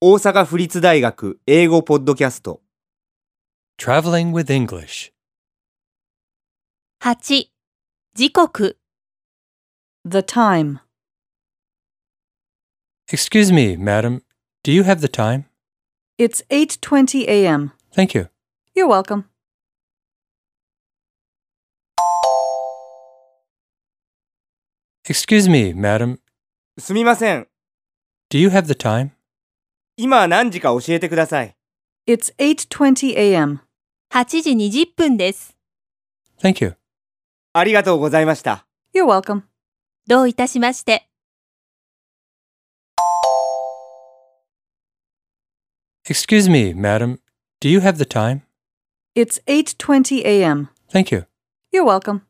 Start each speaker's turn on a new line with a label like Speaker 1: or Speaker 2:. Speaker 1: 大阪府立大学英語ポッドキャスト
Speaker 2: Traveling with English.
Speaker 3: 8. 時刻
Speaker 4: The time.
Speaker 2: Excuse me, madam. Do you have the time?
Speaker 4: It's 8:20 a.m.
Speaker 2: Thank you.
Speaker 4: You're welcome.
Speaker 2: 'Excuse me, madam.
Speaker 1: すみません
Speaker 2: Do you have the time?
Speaker 1: 今何時か教えてください
Speaker 4: It's 8:20 a.m.
Speaker 3: 8時20分です。
Speaker 2: Thank you.
Speaker 1: ありがとうございました
Speaker 4: You're welcome.
Speaker 3: どういたしまして。
Speaker 2: Excuse me, madam. Do you have the time?
Speaker 4: It's 8:20 a.m.
Speaker 2: Thank you.
Speaker 4: You're welcome.